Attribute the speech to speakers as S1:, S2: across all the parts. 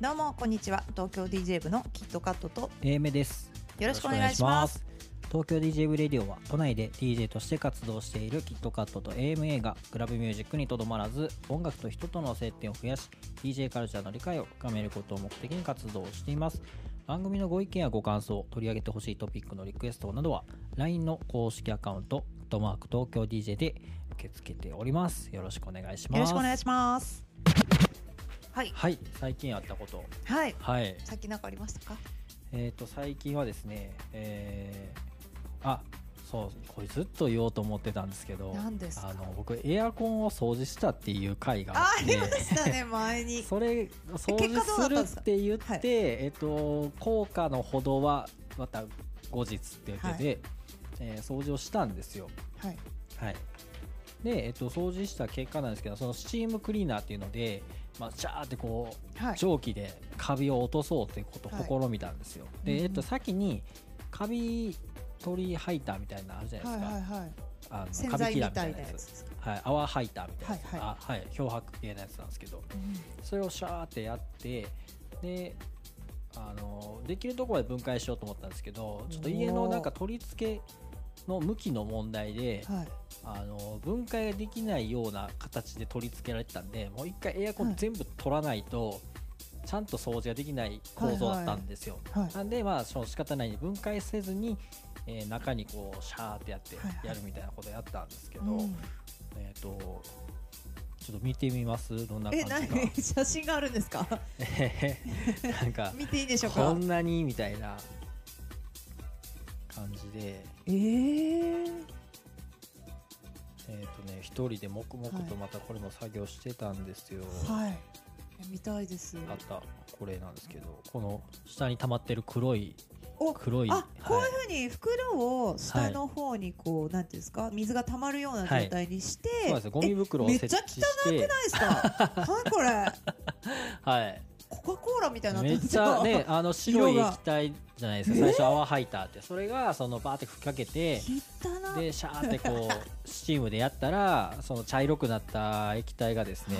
S1: どうもこんにちは東京 DJ 部のキットカットと
S2: えめです
S1: よろしくお願いします
S2: 東京 DJ ブレディオは都内で DJ として活動しているキットカットと AMA がクラブミュージックにとどまらず音楽と人との接点を増やし DJ カルチャーの理解を深めることを目的に活動しています番組のご意見やご感想取り上げてほしいトピックのリクエストなどは LINE の公式アカウント「トマーク東京 DJ」で受け付けておりますよろしくお願いします
S1: よろしくお願いしますはい
S2: はい最近あったこと
S1: はい
S2: はい
S1: さっきなんかありましたか
S2: えっ、と最近はですね、えーあそうこれずっと言おうと思ってたんですけど
S1: 何ですか
S2: あの僕エアコンを掃除したっていう回が
S1: あ
S2: あっ
S1: あ
S2: て
S1: りました ね前に
S2: それ
S1: 結
S2: 掃
S1: 果どうだったんで
S2: 除
S1: す
S2: する
S1: か
S2: って言って、
S1: はい
S2: えっ、と効果のほどはまた後日って言ってて、えー掃除をしたんですよ
S1: はい
S2: はいで、えっと掃除した結果なんですけどそのスチームクリーナーっていうので、まあ、ジャーってこう
S1: はい
S2: 蒸気でカビを落とそうということ
S1: はい
S2: を試みたんですよ、
S1: うんう
S2: で、
S1: ん
S2: えっと、先にカビ取りハイターみたいなのあるじゃな
S1: はい
S2: いですか、
S1: はいはい
S2: あ
S1: 洗
S2: カビ
S1: 剤
S2: キ
S1: み
S2: ラーみ
S1: た
S2: た
S1: い
S2: い
S1: な
S2: な
S1: や
S2: や
S1: つ
S2: つはい泡ハイターみたいなやつ、
S1: はいは
S2: あはい、漂白系のやつなんですけどそれをシャーってやってであのできるところまで分解しようと思ったんですけどちょっと家のなんか取り付けの向きの問題で、
S1: はい
S2: あの分解ができないような形で取り付けられてたんでもう一回エアコン全部取らないと、ちゃんと掃除ができない構造だったんですよ、
S1: はい
S2: なんでまあその仕方ないんで分解せずに、えー中にこうシャーってやって
S1: はいはい
S2: やるみたいなことやったんですけど、
S1: うん
S2: えっ、とちょっと見てみますどんな感
S1: え
S2: じか
S1: 何 写真があるんですか
S2: えへへ なんか
S1: 見ていいでしょう
S2: こ
S1: か
S2: んなにみたいな感じで
S1: ええ
S2: えっ、とね一人で黙々とまたこれも作業してたんですよ、
S1: はいえ見たいです
S2: あったこれなんですけどこの下に溜まってる黒い
S1: お
S2: 黒い
S1: あこう
S2: はい
S1: いうふうに袋を下の方にこう、なんていうんですか水が溜まるような状態にして、
S2: そうなんですよゴミ袋を設置して
S1: えめっちゃ汚くないですかはいこれ
S2: はい
S1: コカ・コーラみたいになって
S2: めっ
S1: ます
S2: ち
S1: よ
S2: ゃねあの白い
S1: 色が
S2: 液体じゃないですか最初泡吐いたってそれがそのバーって吹きかけて
S1: 汚 い
S2: でシャーって こうスチームでやったらその茶色くなった液体がですね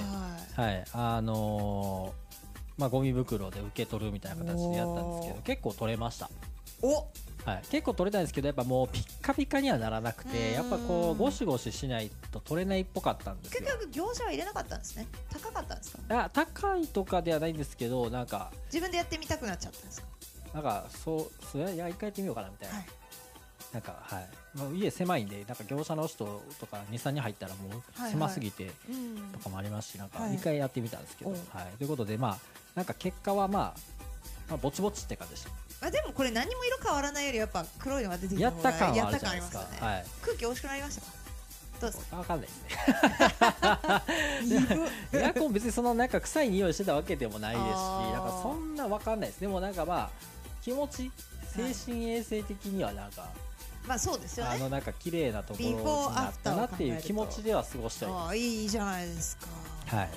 S1: はい
S2: はいあのーまあ、ゴミ袋で受け取るみたいな形でやったんですけ
S1: お
S2: ど
S1: ー
S2: 結構取れました
S1: お
S2: はい、結構取れたんですけどやっぱもうピッカピカにはならなく
S1: うん
S2: てやっぱこうゴシゴシしないと取れないっぽかったんです
S1: 結
S2: よ
S1: 局業者は入れなかったんですね高かったんですか
S2: あ高いとかではないんですけどなんか
S1: 自分でやってみたくなっちゃったんですか
S2: なんかそうそれいや一回やってみようかなみたいな、
S1: はい
S2: なんかはい、まあ、家狭いんでなんか業者の人とか23に入ったらも
S1: は
S2: う
S1: い
S2: 狭すぎて
S1: うん
S2: とかもありますしなんか
S1: はい
S2: 一回やってみたんですけど、
S1: お
S2: はいということでまあなんか結果はまあ、まあ、ぼちぼちって感じでした
S1: あでもこれ何も色変わらないよりやっぱ黒いのが出てき
S2: や
S1: た
S2: っ
S1: 方が
S2: た感はあるじ
S1: や
S2: ゃない
S1: っ
S2: です
S1: た感
S2: か
S1: ありますよね
S2: はい
S1: 空気美味しくなりましたか どうですか
S2: わかんないですね
S1: 鈍っ
S2: エアコン別にそのなんか臭い匂いしてたわけでもないですし
S1: あー
S2: なんかそんなわかんないですでもなんかまあ気持ち精神衛生的にはなんか、
S1: まあそうですよ
S2: あ
S1: ね
S2: のなんか綺麗なところに
S1: Before
S2: なったなっていう気持ちでは過ごしたい
S1: ああいいじゃないですか
S2: はい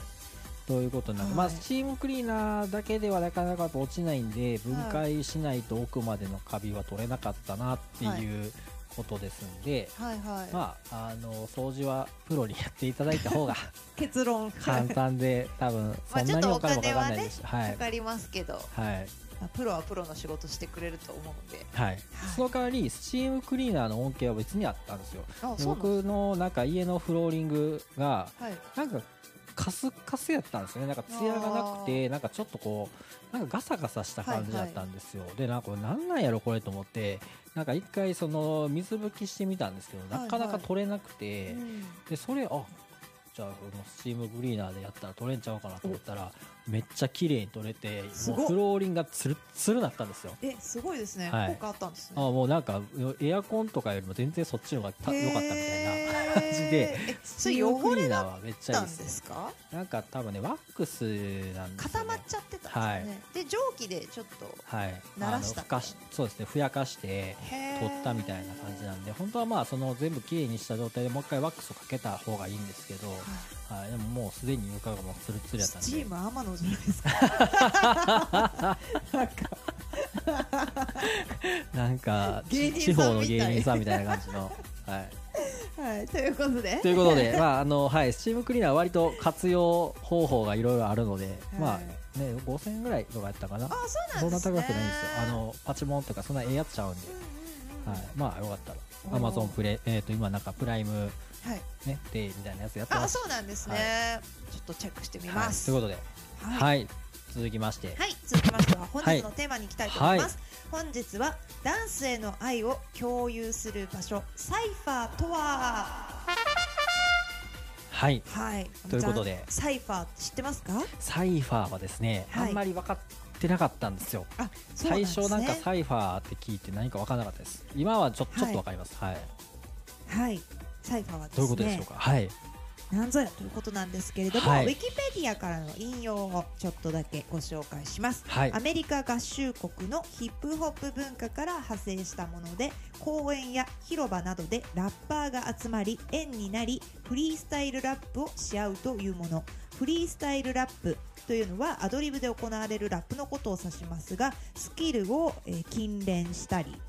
S2: ということなんで、まあ
S1: はい
S2: スチームクリーナーだけではなかなか落ちないんで分解しないと奥までのカビは取れなかったなって
S1: はい
S2: いうことですんで、
S1: はいはい、
S2: まああの掃除はプロにやっていただいた 方が
S1: 結論
S2: 簡単で多分そんなにお金もかかんないですし、は
S1: か
S2: い
S1: かりますけど、
S2: はい
S1: まあプロはプロの仕事してくれると思うんで
S2: はい、その代わりスチームクリーナーの恩恵は別にあったんですよ
S1: あ
S2: で
S1: そうなんで
S2: 僕のなんか家のフローリングが
S1: すはい
S2: なんかカスカスやったんですよねなんかツヤがなくてなんかちょっとこうなんかガサガサした感じだったんですよ、でなんかこれなんなんやろこれと思ってなんか一回その水拭きしてみたんですけどなかなか取れなくて、
S1: うん
S2: でそれあじゃあこのスチームクリーナーでやったら取れんちゃうかなと思ったらめっちゃ綺麗に取れて
S1: す
S2: も
S1: ごっ
S2: うフローリングがツルッツルなったんですよ
S1: えすごいですね、
S2: はい
S1: 効果あったんですね
S2: あもうなんかエアコンとかよりも全然そっちの方がた
S1: へー
S2: 良かったみたいな感じで
S1: えそ
S2: ス
S1: れ
S2: チーム
S1: 汚
S2: クリ
S1: れ
S2: ーナ
S1: だ
S2: ー
S1: っ
S2: はめっちゃい
S1: た
S2: い
S1: ん
S2: で
S1: ですすか
S2: なんか多分ねワックスなんですよ、ね、
S1: 固まっちゃってたんですよね、で蒸気でちょっと
S2: はい
S1: 鳴らした
S2: あのふかしそうですねふやかして取ったみたいな感じなんで本当はまあその全部きれいにした状態でもう一回ワックスをかけた方がいいんですけど、はい、でももうすでに床がもうツルツルやったん
S1: ス
S2: で
S1: チーム天野じゃないですかなんか
S2: なんか
S1: 芸人さん
S2: ち地方の芸
S1: みたい
S2: 人さんみたいな感 じの、はい、
S1: はい、ということ で
S2: ということで、まああのはい、スチームクリーナーは割と活用方法がいろいろあるので、まあね、5000円ぐらいとかやったかな
S1: あそ
S2: そ
S1: うんなで
S2: なん
S1: す
S2: 高
S1: ね
S2: くないんですよあのパチモンとかそんなええやつちゃうんで、
S1: うん
S2: はい、まあよかったら
S1: おー
S2: Amazon プレえっ、と今なんかプライム
S1: うんうんはい
S2: ねデイみたいなやつやってま
S1: あ
S2: す
S1: そうなんですね、ちょっとチェックしてみます、
S2: はい、というこ
S1: は
S2: と
S1: い
S2: ではい、続きまして
S1: はい、続きましては本日のテーマに行きたいと思います、本日はダンスへの愛を共有する場所サイファーとは
S2: はい
S1: はい
S2: ということで
S1: じゃあサイファー知ってますか
S2: サイファーはですね、
S1: はい
S2: あんまり分かってなかったんですよ
S1: あそうなんで
S2: 最
S1: すね
S2: 初なんかサイファーって聞いて何か分からなかったです今はちょちょっ
S1: はい
S2: と分かりますはい、
S1: はいサイファーはですね
S2: どういうことでしょうかはい
S1: なんぞやということなんですけれども、
S2: はい
S1: ウィキペディアからの引用をちょっとだけご紹介します
S2: はい
S1: アメリカ合衆国のヒップホップ文化から派生したもので公園や広場などでラッパーが集まり円になりフリースタイルラップをし合うというものフリースタイルラップというのはアドリブで行われるラップのことを指しますがスキルを、えー勤練したり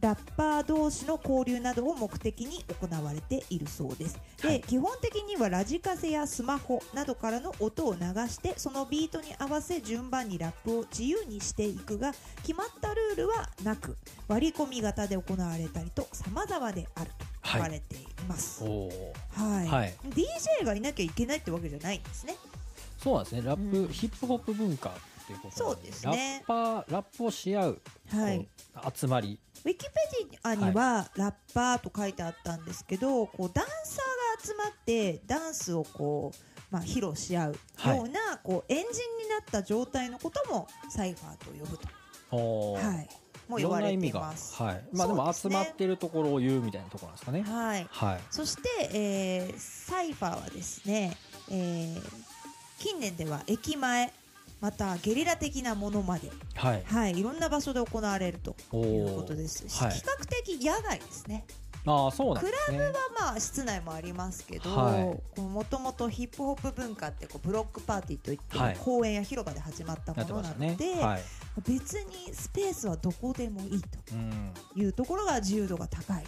S1: ラッパー同士の交流などを目的に行われているそうです。で、
S2: はい
S1: 基本的にはラジカセやスマホなどからの音を流して、そのビートに合わせ順番にラップを自由にしていくが、決まったルールはなく、割り込み型で行われたりと様々であると言われています。
S2: お
S1: はい。
S2: おーはい
S1: DJ がいなきゃいけないってわけじゃないんですね。
S2: そうなんですねラップ、
S1: うん
S2: ヒップホップ文化っていうことなん
S1: そうですね
S2: ラッパーラップをし合う、
S1: はい。
S2: こう集まり
S1: ウィキペディアにはラッパーと書いてあったんですけど、こうダンサーが集まってダンスをこう、まあ、披露し合うような、
S2: はい
S1: こうエンジンになった状態のこともサイファーと呼ぶと、
S2: おー
S1: はい、もう言われています。
S2: ろんな意味がはいまあでも
S1: そうです
S2: 集
S1: ね
S2: まってるところを言うみたいなところなんですかね
S1: はい、
S2: はい
S1: そして、えーサイファーはですね、えー近年では駅前またゲリラ的なものまで、
S2: はい
S1: はい、いろんな場所で行われると
S2: お
S1: いう
S2: ー
S1: ことですし、
S2: はい
S1: 比較的野外ですね。
S2: ああそうなんですね
S1: まあ室内もありますけど
S2: はい
S1: もともとヒップホップ文化ってこうブロックパーティーといって、
S2: はい
S1: 公園や広場で始まったも
S2: なって
S1: の
S2: まし
S1: な
S2: た
S1: の
S2: ね
S1: で、
S2: はい
S1: 別にスペースはどこでもいい
S2: うん
S1: というところが自由度が高い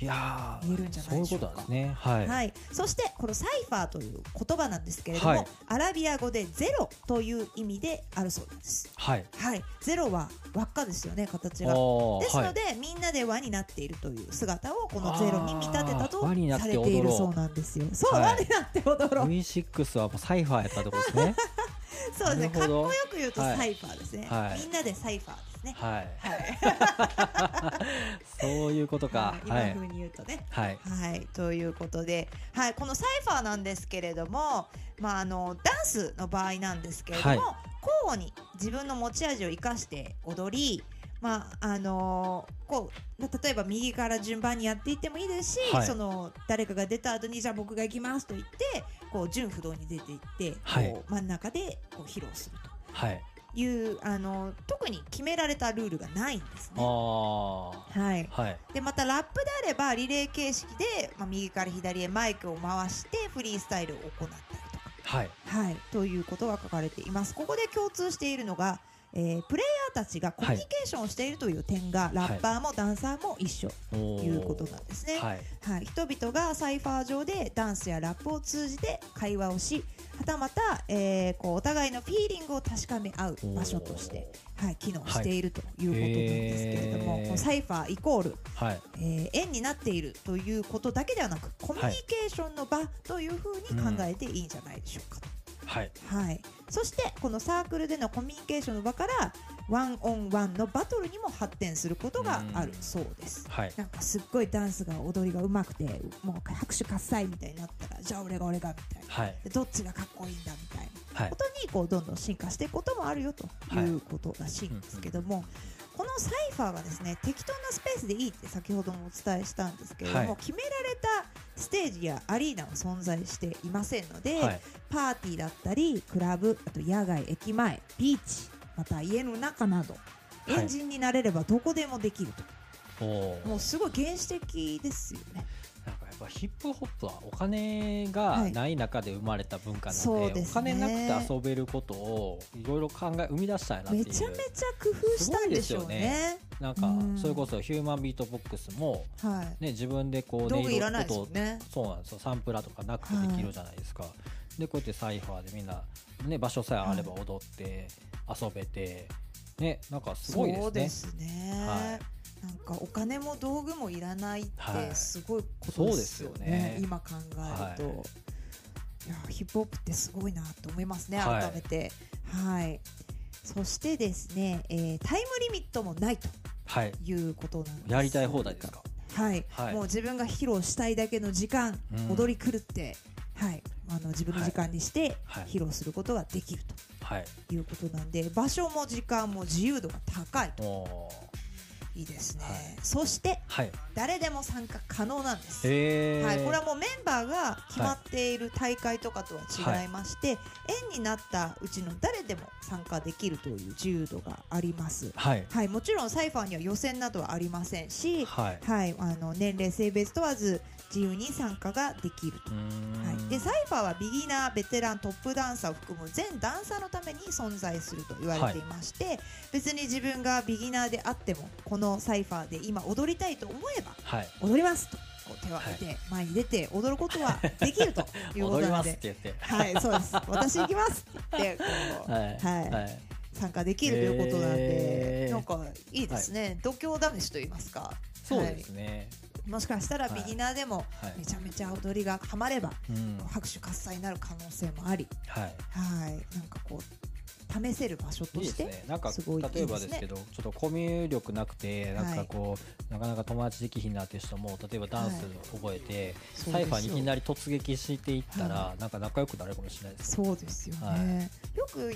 S2: いやー
S1: 言えるんじゃないでしょうか
S2: そういうことなんですねは
S1: と、
S2: い、
S1: はい、そしてこのサイファーという言葉なんですけれども、
S2: はい
S1: アラビア語でゼロという意味であるそうなんです。
S2: はい
S1: はい、ゼロは輪っかですよね形
S2: あ
S1: が
S2: ー
S1: ですの
S2: はい
S1: で、みんなで輪になっているという姿をこのゼロに見立てたと
S2: あー輪になっ
S1: さ
S2: て
S1: れているそうなんですよ。そう、
S2: はい
S1: 輪になって踊ろう。
S2: V6 はもうサイファーやったってことですね
S1: そうですね。か
S2: な
S1: っ
S2: るほ
S1: こ
S2: ど
S1: よく言うと
S2: はい
S1: サイファーですね。
S2: はい
S1: みんなでサイファーですね。
S2: はい
S1: はい。
S2: そういうことかは
S1: 今
S2: い
S1: 風に言うとね。
S2: はい
S1: はい。ということで、はい。このサイファーなんですけれども、まあ、あの、ダンスの場合なんですけれども、
S2: はい
S1: 交互に自分の持ち味を生かして踊り、まあ、あのこう、例えば右から順番にやっていってもいいですし、
S2: はい
S1: その、誰かが出た後に、じゃあ僕が行きますと言って、こう、順不動に出ていって、
S2: はい
S1: こう、真ん中で、こう、披露すると。
S2: はい
S1: いうあの特に決められたルールがないんです
S2: あ
S1: ね。
S2: あ
S1: はい、
S2: はい
S1: でまたラップであればリレー形式で、まあ、右から左へマイクを回してフリースタイルを行ったりとか、
S2: はい
S1: はい、ということが書かれています。ここで共通しているのが、えープレイヤーたちがコミュニケーションをしているという点が、ラッパーもダンサーも一緒
S2: おー
S1: ということなんですね。
S2: はい
S1: はい、人々がサイファー上でダンスやラップを通じて会話をしはたまた、えーこうお互いのフィーリングを確かめ合う場所として、はい、機能しているということなんですけれども、
S2: へー
S1: このサイファーイコール、
S2: はい
S1: えー円になっているということだけではなくコミュニケーションの場というふうに考えていいんじゃないでしょうかと。
S2: はい
S1: はい、そしてこのサークルでのコミュニケーションの場からワンオンワンのバトルにも発展することがあるそうです。
S2: はい
S1: なんかすっごいダンスが踊りがうまくてもう拍手喝采みたいになったらじゃあ俺が俺がみたいな
S2: はい
S1: でどっちがかっこいいんだみたいな
S2: はい
S1: ことにこうどんどん進化していくこともあるよということらしいんですけども、このサイファーがですね適当なスペースでいいって先ほどもお伝えしたんですけれども、
S2: はい
S1: 決められたステージやアリーナは存在していませんので、
S2: はい
S1: パーティーだったりクラブあと野外駅前ビーチまた家の中など
S2: は
S1: エ
S2: い
S1: ンジンになれればどこでもできると。
S2: おー
S1: もうすごい原始的ですよね。
S2: なんかやっまあヒップホップはお金がない中で生まれた文化なので,、
S1: はいそうで
S2: お
S1: すね
S2: 金なくて遊べることをいろいろ考え生み出したいなってい
S1: め
S2: う
S1: ちゃめちゃ工夫したんでしょうね。
S2: なんか
S1: うん
S2: それこそヒューマンビートボックスも、
S1: は
S2: ね、自分でこ
S1: い。
S2: う
S1: 道
S2: 音
S1: 具いら
S2: 色
S1: な
S2: の
S1: いです
S2: こと
S1: も
S2: を
S1: んね。
S2: そうなんですよサンプラーとかなくてできるじゃないですか、でこうやってサイファーでみんな、ね、場所さえあれば踊って、遊べてねなんかすごいですね
S1: そうですね。
S2: はい
S1: なんかお金も道具もいらないってすごいこと
S2: はい
S1: ですよね。
S2: そうですよね
S1: 今考えると、
S2: はい
S1: い、やヒップホップってすごいなと思いますね。
S2: はい
S1: 改めて、はい。そしてですね、えータイムリミットもないと
S2: はい
S1: いうことなんです。
S2: やりたい放題ですか
S1: はい、
S2: はい
S1: もう自分が披露したいだけの時間、
S2: うん
S1: 踊り狂って、はい、あの自分の時間にして
S2: はい
S1: 披露することができる
S2: はい
S1: ということなんで、場所も時間も自由度が高いと
S2: もう
S1: いいですね、
S2: はい
S1: そして
S2: はい
S1: 誰でも参加可能なんです、
S2: えー、
S1: はい、これはもうメンバーが決まっている大会とかとは違いまして、縁になったうちの誰でも参加できるという自由度があります。
S2: はい
S1: はい、もちろんサイファーには予選などはありませんし、
S2: はい
S1: はい、あの年齢性別問わず自由に参加ができる
S2: うーん
S1: と、はい、でサイファーはビギナーベテラントップダンサーを含む全ダンサーのために存在すると言われていまして、別に自分がビギナーであってもこのサイファーで今踊りたいと思えば
S2: はい
S1: 踊りますとこう手を挙げて前に出て踊ることはできるというこ
S2: 踊
S1: と
S2: り
S1: なの
S2: ますっ
S1: で
S2: て。言って
S1: はい、そうです。私行きますって言って、こうはい
S2: はい
S1: 参加できるということなんで、
S2: えー
S1: なんかいいですね。度胸試しと言いますか。
S2: そうですね
S1: もしかしたら
S2: は
S1: ビ
S2: い
S1: ギナーでも
S2: はい
S1: めちゃめちゃ踊りがハマれば
S2: うん
S1: 拍手喝采になる可能性もあり
S2: はい
S1: はいなんかこう試せる場所
S2: い
S1: と
S2: いで
S1: し
S2: す
S1: て
S2: ね。なんか
S1: すごいいいですね
S2: 例えばですけど、ちょっとコミュ力なくてなんかこう、なかなか友達できひんなっていう人も例えばダンスを覚えて、
S1: そうですよ
S2: サイファーにいきなり突撃していったら、
S1: は
S2: なんか仲良くなれるかもしれないです。
S1: そうですよね、
S2: は
S1: よく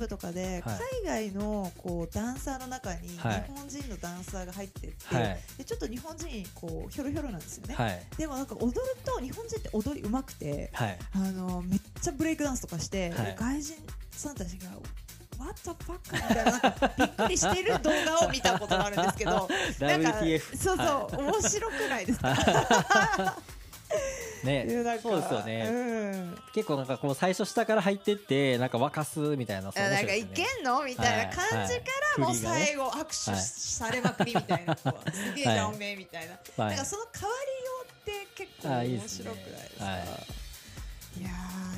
S1: YouTube とかで
S2: は
S1: 海外のこうダンサーの中に日
S2: はい
S1: 本人のダンサーが入ってって、
S2: はい
S1: でちょっと日本人こうひょろひょろなんですよね、
S2: はい
S1: でもなんか踊ると日本人って踊り上手くて
S2: はい
S1: あのめっちゃブレイクダンスとかして、
S2: はい
S1: 外人さんたちが「What the fuck?」みたいななんかびっくりしてる動画を見たことがあるんですけ どなんか
S2: WTF
S1: そうそう、面白くないですかいやな
S2: ね
S1: んか
S2: そうですよね。
S1: うん
S2: 結構なんかこう最初下から入ってってなんか沸かすみたいなそう面
S1: なん
S2: 白
S1: か
S2: い
S1: い
S2: です
S1: け
S2: ね。
S1: んのみたいな感じからもう
S2: はいはい
S1: 最後握手
S2: はい
S1: されまくりみたいな、こうすげえじゃんおめえみたいな、
S2: は
S1: なん
S2: い
S1: かその変わりようって結構
S2: あーいい
S1: 面
S2: ですね
S1: 白くないですか
S2: はい
S1: いや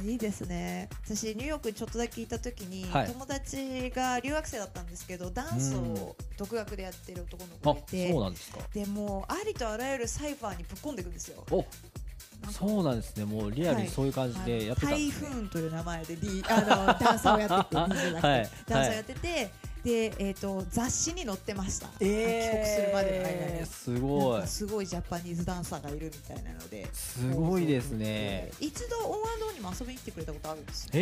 S1: ーいいですね私ニューヨークにちょっとだけいた時に、
S2: はい
S1: 友達が留学生だったんですけどダンスを独学でやってる男の子
S2: あ
S1: がいて
S2: そうなんですか。
S1: でもうありとあらゆるサイファーにぶっ込んでいくんですよ
S2: お
S1: なんか
S2: そうなんですね。もうリアルにそういう感じでやってたんで
S1: 台
S2: すね。
S1: 風という名前で、D、あのダンサーをやってて DJ だけ、
S2: はい
S1: ダンサーをやってて、で、えー、と雑誌に載ってました、帰国するまでの間
S2: えー
S1: に
S2: すご
S1: ないんか。すごいジャパニーズダンサーがいるみたいなのです
S2: ごいですね。
S1: 一度オンアンドにも遊びに来てくれたことあるんですよ
S2: へ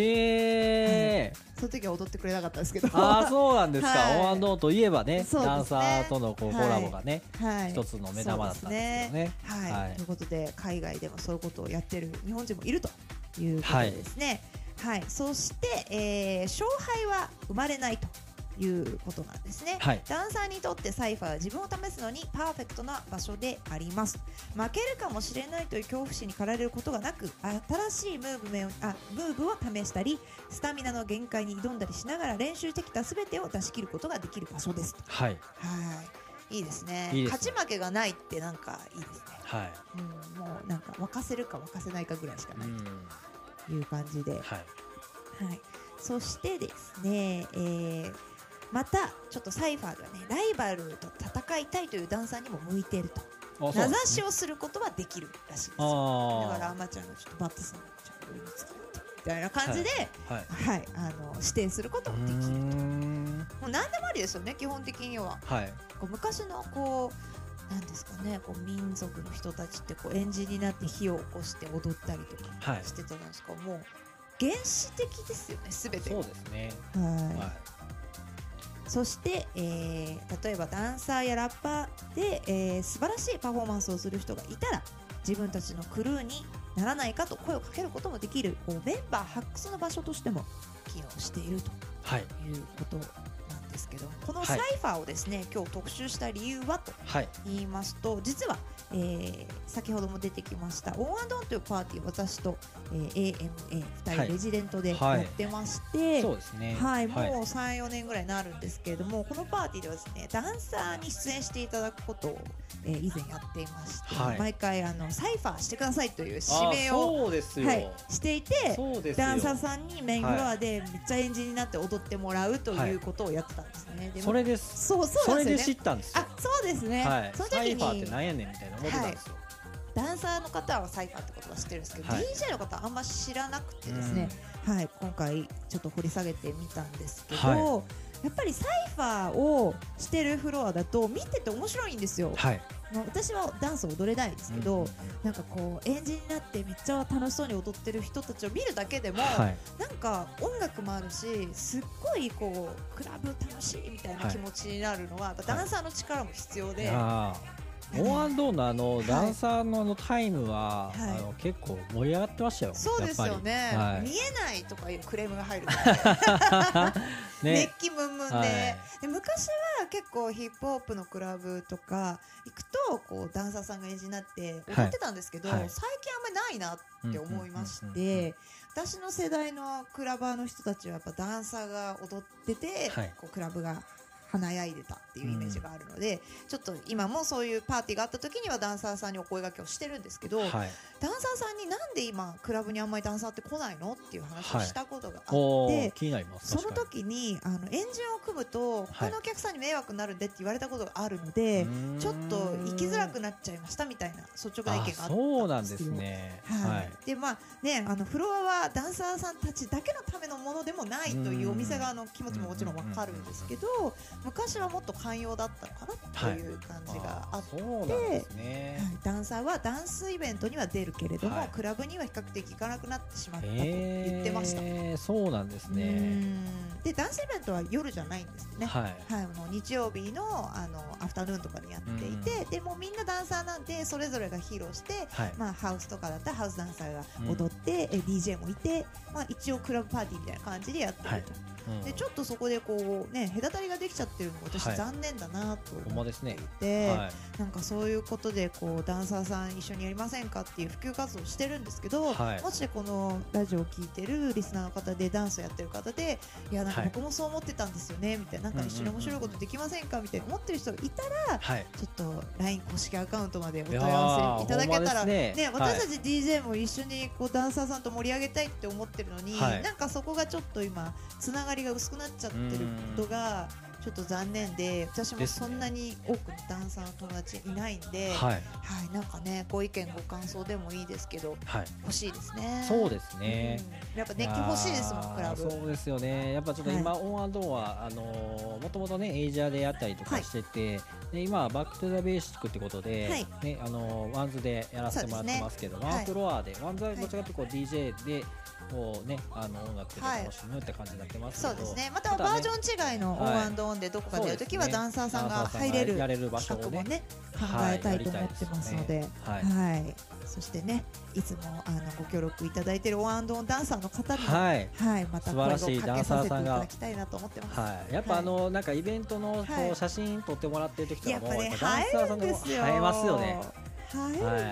S2: え、
S1: その時は踊ってくれなかったんですけど
S2: ああそうなんですか、
S1: はい
S2: オンアンドオンといえばね
S1: そうですね
S2: ダンサーとのこうコ
S1: はい
S2: ラボがね、
S1: はい、
S2: 一つの目玉だったんですよね
S1: はい
S2: はい
S1: ということで海外でもそういうことをやってる日本人もいるということですね、はいそして、えー勝敗は生まれないということなんですね、
S2: はい
S1: ダンサーにとってサイファーは自分を試すのにパーフェクトな場所であります負けるかもしれないという恐怖心に駆られることがなく新しいムーブメンあムーブを試したりスタミナの限界に挑んだりしながら練習してきた全てを出し切ることができる場所ですと
S2: はい
S1: はい。いいですね
S2: いいですね
S1: 勝ち負けがないってなんかいいですね。
S2: はい、
S1: うん、もうなんか沸かせるか沸かせないかぐらいしかな
S2: う
S1: い
S2: ん
S1: という感じで、はい。
S2: はい
S1: そしてですね、えーまたちょっとサイファーがねライバルと戦いたいというダンサーにも向いていると
S2: あそう
S1: 名
S2: なん
S1: 指
S2: です
S1: し
S2: ね
S1: をすることはできるらしいんですよだからア
S2: あ
S1: マちゃんがちょっとバッタさんがちょっと俺に使ってみたいな感じで、
S2: あはい
S1: はい、あの指定すること
S2: う
S1: もできるも
S2: ーん
S1: う何でもありですよね基本的には
S2: はい
S1: こう昔のこうなんですかねこう民族の人たちってこう演じになって火を起こして踊ったりとか
S2: はい
S1: してたじゃないですか、もう原始的ですよねすべて
S2: そ
S1: が
S2: うですね
S1: はい
S2: は
S1: そして、えー例えばダンサーやラッパーで、えー素晴らしいパフォーマンスをする人がいたら自分たちのクルーにならないかと声をかけることもできるこうメンバー発掘の場所としても機能していると
S2: いはい
S1: いうことなんですね。ですけどこの
S2: はい
S1: サイファーをですね、今日特集した理由はと
S2: はい
S1: 言いますと実は、えー先ほども出てきましたオンアンドンというパーティーを私と、えー、AMA2 人
S2: はい
S1: レジデントで
S2: はい
S1: やってまして、
S2: そうですね
S1: はい、もう34年ぐらいになるんですけれどもこのパーティーではですねダンサーに出演していただくことを、えー以前やっていまして、
S2: はい
S1: 毎回あのサイファーしてくださいという
S2: あ
S1: 指名を、
S2: そうですよ、
S1: はい、していて
S2: そうですよ
S1: ダンサーさんにメインフロアでめっちゃ演じになって踊ってもらうということをやってたんですね。でも
S2: それです
S1: そうそう
S2: そ
S1: なん
S2: れ
S1: で
S2: です知
S1: よ
S2: っ
S1: ね。
S2: たんですよ
S1: あ、そうですね。
S2: はい、
S1: その
S2: サ
S1: 時
S2: イファーって
S1: に
S2: なんやねんみたいな思ってたんですよ、
S1: ダンサーの方はサイファーってことは知ってるんですけど、
S2: はい
S1: DJ の方はあんま知らなくてですね、はい、今回ちょっと掘り下げてみたんですけど、
S2: は
S1: やっぱりサイファーをしてるフロアだと見てて面白いんですよ
S2: うん、。はい
S1: まあ私はダンス踊れないんですけど、
S2: うん
S1: なんかこう演じになってめっちゃ楽しそうに踊ってる人たちを見るだけでも、
S2: はい
S1: なんか音楽もあるしすっごいこうクラブ楽しいみたいな気持ちになるのは、やっぱダンサーの力も必要で、
S2: あ
S1: あ
S2: ー
S1: の
S2: モアンドーンのあの
S1: い
S2: ダンサーのあのタイムは、
S1: はい
S2: あの結構盛り上がってましたよ。
S1: そうですよね、
S2: やっぱり
S1: 見えないとかいうクレームが入る、
S2: はい、ね
S1: 熱気ムンムンで,、
S2: はい
S1: で昔は結構ヒップホップのクラブとか行くとこうダンサーさんが演じになって踊ってたんですけど、
S2: はいはい
S1: 最近あんまりないなって思いまし
S2: うんうんうんうん
S1: て私の世代のクラバーの人たちはやっぱダンサーが踊ってて、
S2: はい
S1: こうクラブが華やいでたっていうイメージがあるので、ちょっと今もそういうパーティーがあった時にはダンサーさんにお声掛けをしてるんですけど、
S2: はい、
S1: ダンサーさんになんで今クラブにあんまりダンサーって来ないのっていう話をしたことがあって。
S2: おー気になります。
S1: その
S2: 確か
S1: 時にあの円陣を組むと他のお客さんに迷惑になるんでって言われたことがあるので、
S2: にうーん
S1: ちょっと行きづらくなっちゃいましたみたいな率直な意見があった
S2: あそうなん
S1: ん
S2: で
S1: ですすよ。
S2: ね。
S1: はい
S2: はい。
S1: でまあね、あのフロアはダンサーさんたちだけのためのものでもないといううんお店側の気持ちももちろんわかるんですけど昔はもっと寛容だったのかなっていう感じがあ
S2: あ
S1: って、
S2: そうなんですね。
S1: はいダンサーはダンスイベントには出るけれども、
S2: はい
S1: クラブには比較的行かなくなってしまったと
S2: へー
S1: 言ってました。
S2: そうなんですね。
S1: うんでダンスイベントは夜じゃないんですね。
S2: はい。
S1: はい、もう日曜日のあのアフタヌーンとかにやっていて、でもうみんなダンサーなんでそれぞれが披露して、
S2: はい。
S1: まあ、ハウスとかだったらハウスダンサーが踊って、え DJ もいて、まあ、一応クラブパーティーみたいな感じでやってると、
S2: はいうん
S1: でちょっとそこでこう、ね、隔たりができちゃってるのが私
S2: はい
S1: 残念だなと
S2: ほん
S1: 思
S2: ま
S1: っ
S2: ですね。
S1: て、
S2: は
S1: なんかそういうことでこうダンサーさん一緒にやりませんかっていう普及活動をしてるんですけど、
S2: はい
S1: もしこのラジオを聞いてるリスナーの方でダンスやってる方でいやなんか
S2: はい
S1: 僕もそう思ってたんですよねみたいななんか一緒に面白いことできませんかみたいな思ってる人いたら
S2: い。はい。
S1: ちょっと LINE 公式アカウントまでお問い合わせいただけたら
S2: いやーほんまで
S1: ね
S2: すね
S1: 私たち DJ も一緒にこうダンサーさんと盛り上げたいって思ってるのに、
S2: はい
S1: なんかそこがちょっと今つながりが薄くなっちゃってることがちょっと残念で私も
S2: ですね
S1: そんなに多くのダンサーの友達いないんで、はい
S2: はい。
S1: なんかねご意見ご感想でもいいですけど
S2: はい。
S1: 欲しいですね。
S2: そうですね。
S1: うんやっぱ熱気欲しいですも
S2: あ
S1: ん
S2: ー
S1: クラブ。
S2: そうですよねやっぱちょっと今、オンアンドオンはあのー、もともとねエイジアでやったりとかしてて、で今はバックトゥザベーシックってことで、
S1: はい
S2: ねあのーワンズでやらせてもらってますけど、
S1: ね
S2: ワンフロアで、ワンズはどっちかっていうとこう DJ でこうねあの音楽で楽しむって感じになってますけ
S1: そう
S2: ど、
S1: ですね。または
S2: ただね
S1: バージョン違いのオ
S2: はい
S1: ンオンでどこか
S2: そう
S1: で
S2: ですね
S1: やるときはダンサーさんが入れる
S2: やれる場所
S1: 企
S2: を
S1: 画も
S2: ね
S1: ね考
S2: は
S1: えたいと思ってますので、
S2: やりたいですね
S1: はい、そしてねいつもあのご協力いただいているオアンドオンダンサーの方にも、はい
S2: はい、はい
S1: また声
S2: 素晴
S1: を
S2: ら
S1: か
S2: しい
S1: け
S2: ダンサ
S1: させ
S2: ー
S1: てい
S2: さ
S1: た
S2: んが
S1: だきたいなと思ってます。
S2: はい、やっぱあの、なんかイベントの
S1: は
S2: こ
S1: いう
S2: 写真撮ってもらってる時と
S1: や
S2: か
S1: っ
S2: も、
S1: ぱね
S2: やっぱダンサー
S1: 映え
S2: さ
S1: る
S2: ん
S1: ん
S2: の
S1: ですよ。
S2: 映えますよね。
S1: 映え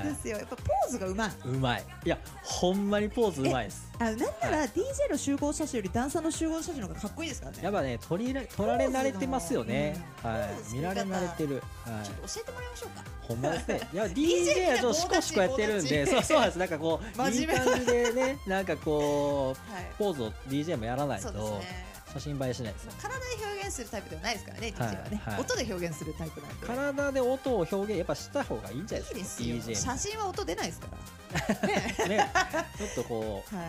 S1: るんですよ。やっぱポーズがうまい。
S2: うまいいやほんまにポーズうまいです
S1: あなんなら DJ の集合写真よりダンサーの集合写真の方がかっこいいですからね。
S2: やっぱね取りら取られ慣れてますよね
S1: ポ
S2: は
S1: ーズ
S2: い
S1: の
S2: 見
S1: うん
S2: られ慣れてるはい
S1: ちょっと教えてもらいましょうか。
S2: ほんまですね いや
S1: DJ
S2: DJ はちょっとシコシコやってるんで
S1: 棒立ち
S2: そうそうなんですなんかこうい
S1: 真
S2: い
S1: 面目
S2: 感じでねなんかこう
S1: はい。
S2: ポーズを DJ もやらない
S1: そ
S2: と
S1: うですね。
S2: 写真映えしないですね
S1: 体で表現するタイプではないですからね、
S2: はい
S1: DJ はね、
S2: はい
S1: 音で表現するタイプなんで。
S2: 体で音を表現やっぱした方がいいんじゃない
S1: い
S2: い
S1: で
S2: です
S1: す
S2: か
S1: よ。
S2: DJ
S1: 写真は音出ないですから。
S2: も ねちょっとこう
S1: はい、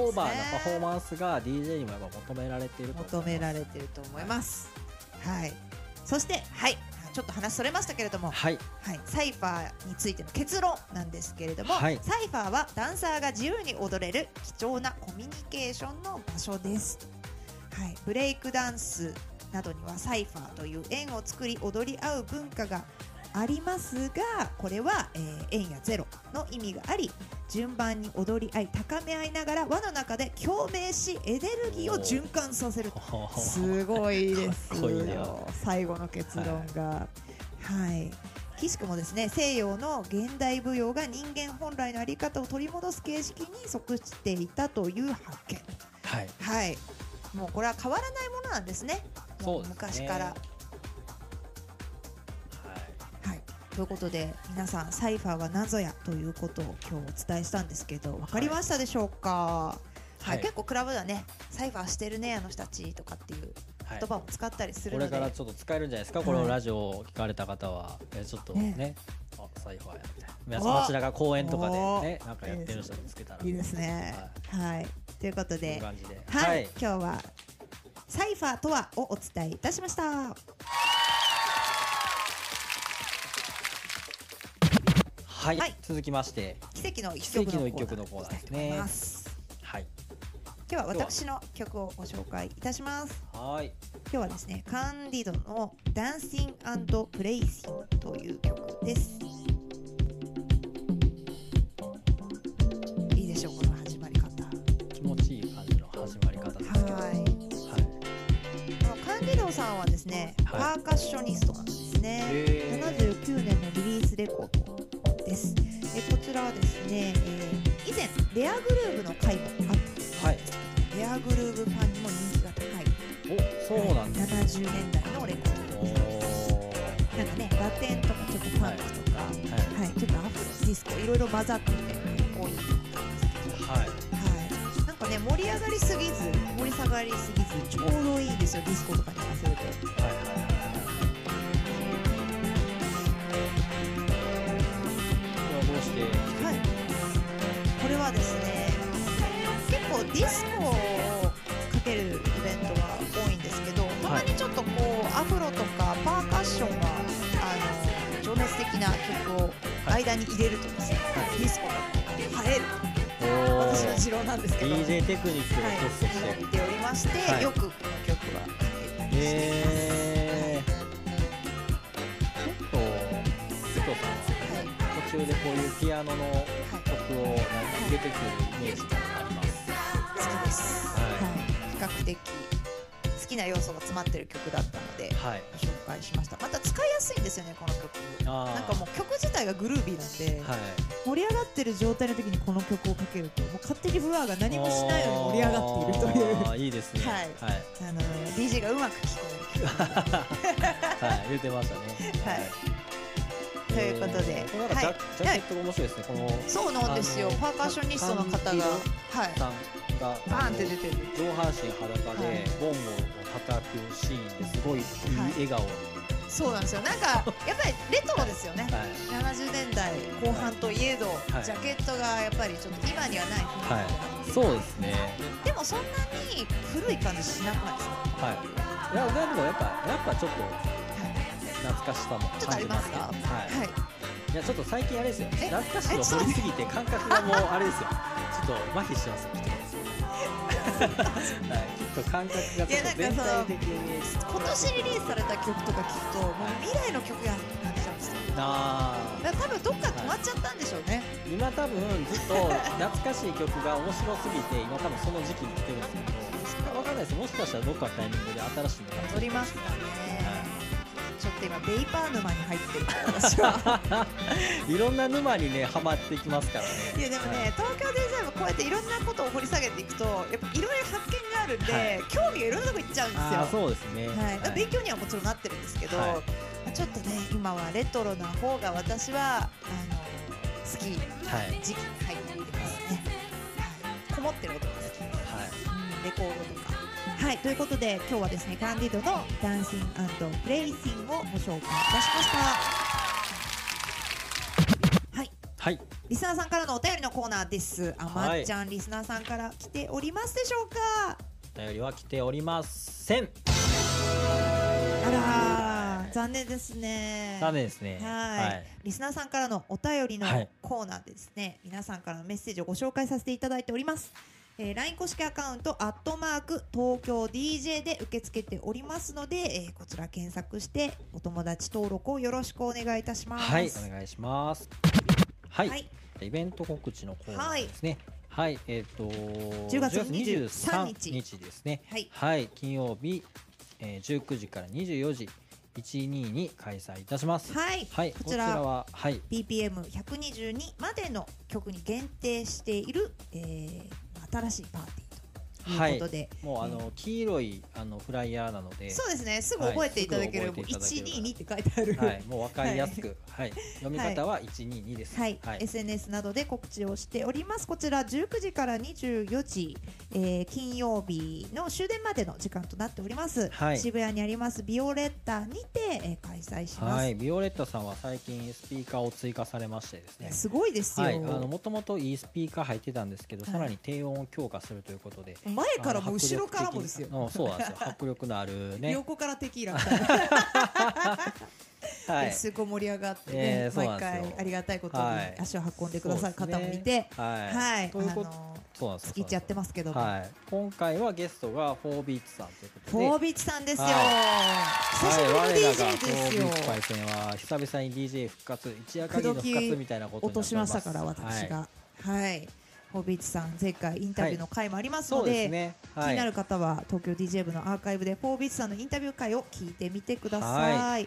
S2: オーバーなパフォー
S1: ン
S2: マンスが DJ にもやっぱ求められていると
S1: 求められてると思います。はい。そして、はい、ちょっと話それましたけれども、
S2: はい
S1: はい、サイファーについての結論なんですけれども、
S2: はい
S1: サイファーはダンサーが自由に踊れる貴重なコミュニケーションの場所です、はい、ブレイクダンスなどにはサイファーという円を作り踊り合う文化がありますがこれは、えー円やゼロの意味があり順番に踊り合い高め合いながら輪の中で共鳴しエネルギーを循環させるすごいです
S2: かっこいいな
S1: よ最後の結論がはい岸くもですね西洋の現代舞踊が人間本来の在り方を取り戻す形式に即していたという発見
S2: はい
S1: はいもうこれは変わらないものなんですねも
S2: そうですね
S1: 昔からはいということで皆さんサイファーは謎やということを今日お伝えしたんですけど分かりましたでしょうか、はい
S2: はい
S1: 結構クラブではねサイファーしてるねあの人たちとかっていう
S2: はい
S1: 言葉も使ったりするの
S2: これ
S1: で、
S2: からちょっと使えるんじゃないですか、このラジオを聞かれた方は、えーちょっとね、あサイファーやみたいな、皆さん、
S1: お
S2: こちらが公園とかで
S1: お
S2: ね、なんかやってる人見つけたら、
S1: いいですねはい、ということ
S2: いい
S1: で
S2: 感じで、
S1: はい、今日はサイファーとはをお伝えいたしました
S2: はい
S1: はい
S2: 続きまして、
S1: 奇跡の一曲の
S2: 奇跡の一曲の
S1: コ
S2: コ
S1: ー
S2: ー
S1: ナー
S2: ナー
S1: いきたい
S2: です
S1: と思
S2: ね
S1: います
S2: はい、
S1: 今日は私の曲をご紹介いたします
S2: はい、
S1: 今日はですねカンディドの「ダンシングプレイシング」という曲ですいいでしょうこの始まり方は
S2: 気持ちいい感じの始まり方ですけど、は
S1: い
S2: い、
S1: あのカンディドさんはですね、
S2: はい
S1: パーカッショニストなんですね
S2: へー
S1: 79年のリリースレコードですえこちらはですね、えー以前レアグルーヴの回もあって
S2: はい、
S1: レアグルーヴファンにも人気が高い
S2: おそうなんだ、
S1: 70年代のレコード
S2: お
S1: です
S2: ー
S1: なんかね、ラテンとかちょっとファンクとか、は
S2: はい
S1: い、ちょっとアフロディスコいろいろ混ざっててかっこいいと思ったんですけ
S2: はい、
S1: ど、はい、なんかね盛り上がりすぎず盛り下がりすぎずちょうどいいんですよディスコとかに合わせると。
S2: はいはいはい、これはど
S1: はい、これはで
S2: うして、
S1: すね結構ディスコをかけるイベントは多いんですけどたまにちょっとこうアフロとかパーカッションがあの情熱的な曲を間に入れるとですね、ディスコがこう映える
S2: お
S1: 私の
S2: ー
S1: 持論なんですけど。
S2: DJ テクニックの
S1: はい、
S2: 一つとして、
S1: 見ておりまして、
S2: はい
S1: よくこの曲はかけたりしています。
S2: えー、結構、須藤さ
S1: はい
S2: んは途中でこういうピアノの
S1: はい
S2: 曲をなんか入れてくるイメージがあります。
S1: 好きです、は
S2: はい
S1: 比較的好きな要素が詰まってる曲だったので
S2: はい。
S1: 紹介しましたまた使いやすいんですよねこの曲
S2: あー
S1: なんかもう曲自体がグルービーなんで、
S2: はい。
S1: 盛り上がってる状態の時にこの曲をかけるともう勝手にフワーが何もしないのに盛り上がっているという
S2: あーいいですね。
S1: はい
S2: はい。
S1: あの DJ がうまく聞こえる曲
S2: はい言ってましたね。
S1: はいということで
S2: えーこれなんかジャ,、
S1: はい
S2: ジャケットが面白いですね。この
S1: そうなんですよ
S2: あの
S1: パーカッショニストの方が
S2: か
S1: はい
S2: さんが
S1: バーンって出てる
S2: 上半身裸
S1: は
S2: で
S1: い
S2: ボンゴを叩くシーンですごいいい笑顔に。
S1: そうなんですよなん かやっぱりレトロですよね
S2: はい。
S1: 70年代後半といえど、
S2: い
S1: ジャケットがやっぱりちょっと今にはない雰囲気があって、
S2: そうですね。
S1: でもそんなに古い感じしなくないですか、
S2: はい。いや、でもやっぱ、やっぱちょっと
S1: は
S2: 懐かしさも
S1: い、ちょっとあ
S2: 感
S1: り
S2: じ
S1: ま
S2: ますす
S1: か
S2: ね。
S1: は
S2: はい。
S1: い、
S2: いや、ちょっと最近あれですよ。
S1: え
S2: 懐かしさを掘りすぎて感覚がもうあれですよ。ちょっと麻痺し てますよ。はい。ちょっと感覚がちょっと全体的に。
S1: 今年リリースされた曲とか聞くともう未来の曲やって感じちゃうんですよ
S2: あー
S1: だから多分どっか止まっちゃったんでしょうね、
S2: 今多分ずっと懐かしい曲が面白すぎて今多分その時期に来てるんですけどわかんないですもしかしたらどっかのタイミングで新しいのが
S1: 乗りますかね
S2: は
S1: ちょっと今ベイパー沼に入ってるから私は
S2: いいろんな沼にねハマってきますからね
S1: いやでもね東京デザインもこうやっていろんなことを掘り下げていくとやっぱいろいろ発見があるんで、
S2: はい
S1: 興味がいろんなとこ行っちゃうんですよ
S2: あーそうですね
S1: はい、
S2: はい
S1: 勉強にはもちろんなってるんですけど、
S2: はい
S1: まあちょっとね今はレトロな方が私はあの好き
S2: はい
S1: 時期に入ってますね、はい、こもってる音が好きです、
S2: はい
S1: うんレコードとかはいということで今日はですねカンディドの「ダンシングプレイシング」をご紹介いたしましたはい
S2: はい
S1: リスナーさんからのお便りのコーナーですあま
S2: は
S1: っ
S2: い
S1: ちゃんリスナーさんから来ておりますでしょうか
S2: お便りは来ておりません
S1: あらー残念ですね
S2: ダメですね
S1: はいリスナーさんからのお便りの
S2: はい
S1: コーナーでですね、皆さんからのメッセージをご紹介させていただいております。えー LINE 公式アカウント、アットマーク、東京 DJ で受け付けておりますので、えーこちら検索して、お友達登録をよろしくお願いいたします。
S2: はい、お願いします。はい、
S1: はい
S2: イベント告知のコーナーですね。はい、えっ、と
S1: 10
S2: 10
S1: 月
S2: 23
S1: 23
S2: 日
S1: 日
S2: ですね。
S1: はい
S2: 金曜日、えー、19時から24時12に開催いたします。
S1: はい
S2: はい、こ
S1: こ
S2: ち
S1: ち
S2: ら
S1: ら
S2: ははい。
S1: BPM122 までの曲に限定している、えー新しいパーティーということで、
S2: もうあの、黄色いあのフライヤーなので、
S1: そうですねすぐ覚えていただける、
S2: はいすぐ覚えていただける
S1: 122って書いてある、
S2: はい、もうわかりやすく、はい、読み方は122です。
S1: はい、
S2: はい、
S1: SNS などで告知をしております。こちら19時から24時、えー金曜日の終電までの時間となっております。
S2: はい
S1: 渋谷にありますビオレッタにて、えー開催します。
S2: はいビオレッタさんは最近スピーカーを追加されましてですね。
S1: すごいですよ。
S2: はい、あのもともといいスピーカー入ってたんですけど、
S1: はい
S2: さらに低音を強化するということで
S1: 前からも後ろからもですよ
S2: あ。の迫力的なうんそうなんですよ迫力のあるね
S1: 横からテキーラみたいな
S2: はい
S1: すごい盛り上がってね、
S2: えーそうなん
S1: 毎
S2: ですよ
S1: 回ありがたいことに
S2: はい
S1: 足を運んでくださる方もいて、
S2: はい、
S1: はい、
S2: というこ
S1: あ
S2: と
S1: の
S2: そうなんですよ
S1: 月一やってますけども、
S2: はい今回はゲストがフォービーツさんということで
S1: フォービーチさんですよ。
S2: はい
S1: 久しぶりの DJ ですよ
S2: はい、我らがフォービーツ。パイセンは久々に DJ 復活一夜限りの復活みたいなこと
S1: 落と
S2: になって
S1: し
S2: おり
S1: ま
S2: ま
S1: し
S2: す
S1: たから私
S2: はい
S1: がはい、ホビーチさん前回インタビューの回もあります
S2: そ
S1: の
S2: う
S1: で,、
S2: ですね
S1: 気にな
S2: る
S1: る方は東京 DJ 部のアーカイブでホビーチさんのインタビュー回を聞いてみてください
S2: は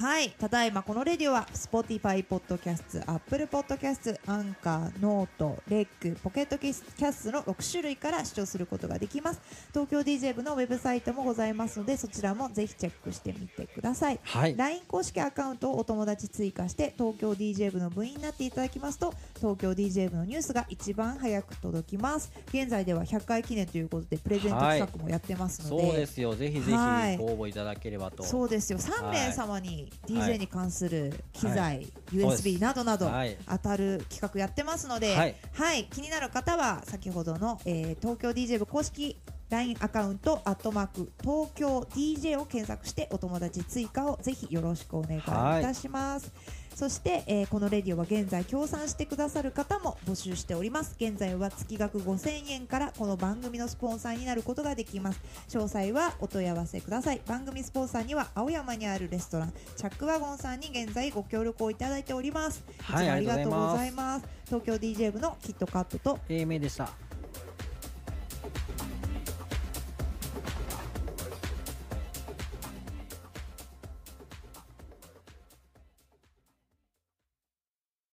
S1: はい、ただいまこのレディオは Spotify ポッドキャスト Apple ポッドキャストアンカーノートレックポケットキスキャストの6種類から視聴することができます東京 DJ 部のウェブサイトもございますのでそちらもぜひチェックしてみてください
S2: はい
S1: LINE 公式アカウントをお友達追加して東京 DJ 部の部員になっていただきますと東京 DJ 部のニュースが一番早く届きます現在では100回記念ということでプレゼント企画もやってますので、
S2: そうですよぜひぜひご
S1: はい
S2: 応募いただければと
S1: そうですよ3名様に DJ に関する機材、USB などなど
S2: はい
S1: 当たる企画やってますので、
S2: は
S1: はいい気になる方は先ほどの、えー東京 DJ 部公式 LINE アカウント「アットマーク東京 DJ」を検索してお友達追加をぜひよろしくお願いいたします。そして、えーこのレディオは現在協賛してくださる方も募集しております現在は月額5000円からこの番組のスポンサーになることができます詳細はお問い合わせください番組スポンサーには青山にあるレストランチャックワゴンさんに現在ご協力をいただいております
S2: はい
S1: つも
S2: ありが
S1: ありが
S2: とうございます
S1: とうございます東京 DJ 部のキットカットと
S2: A 名でした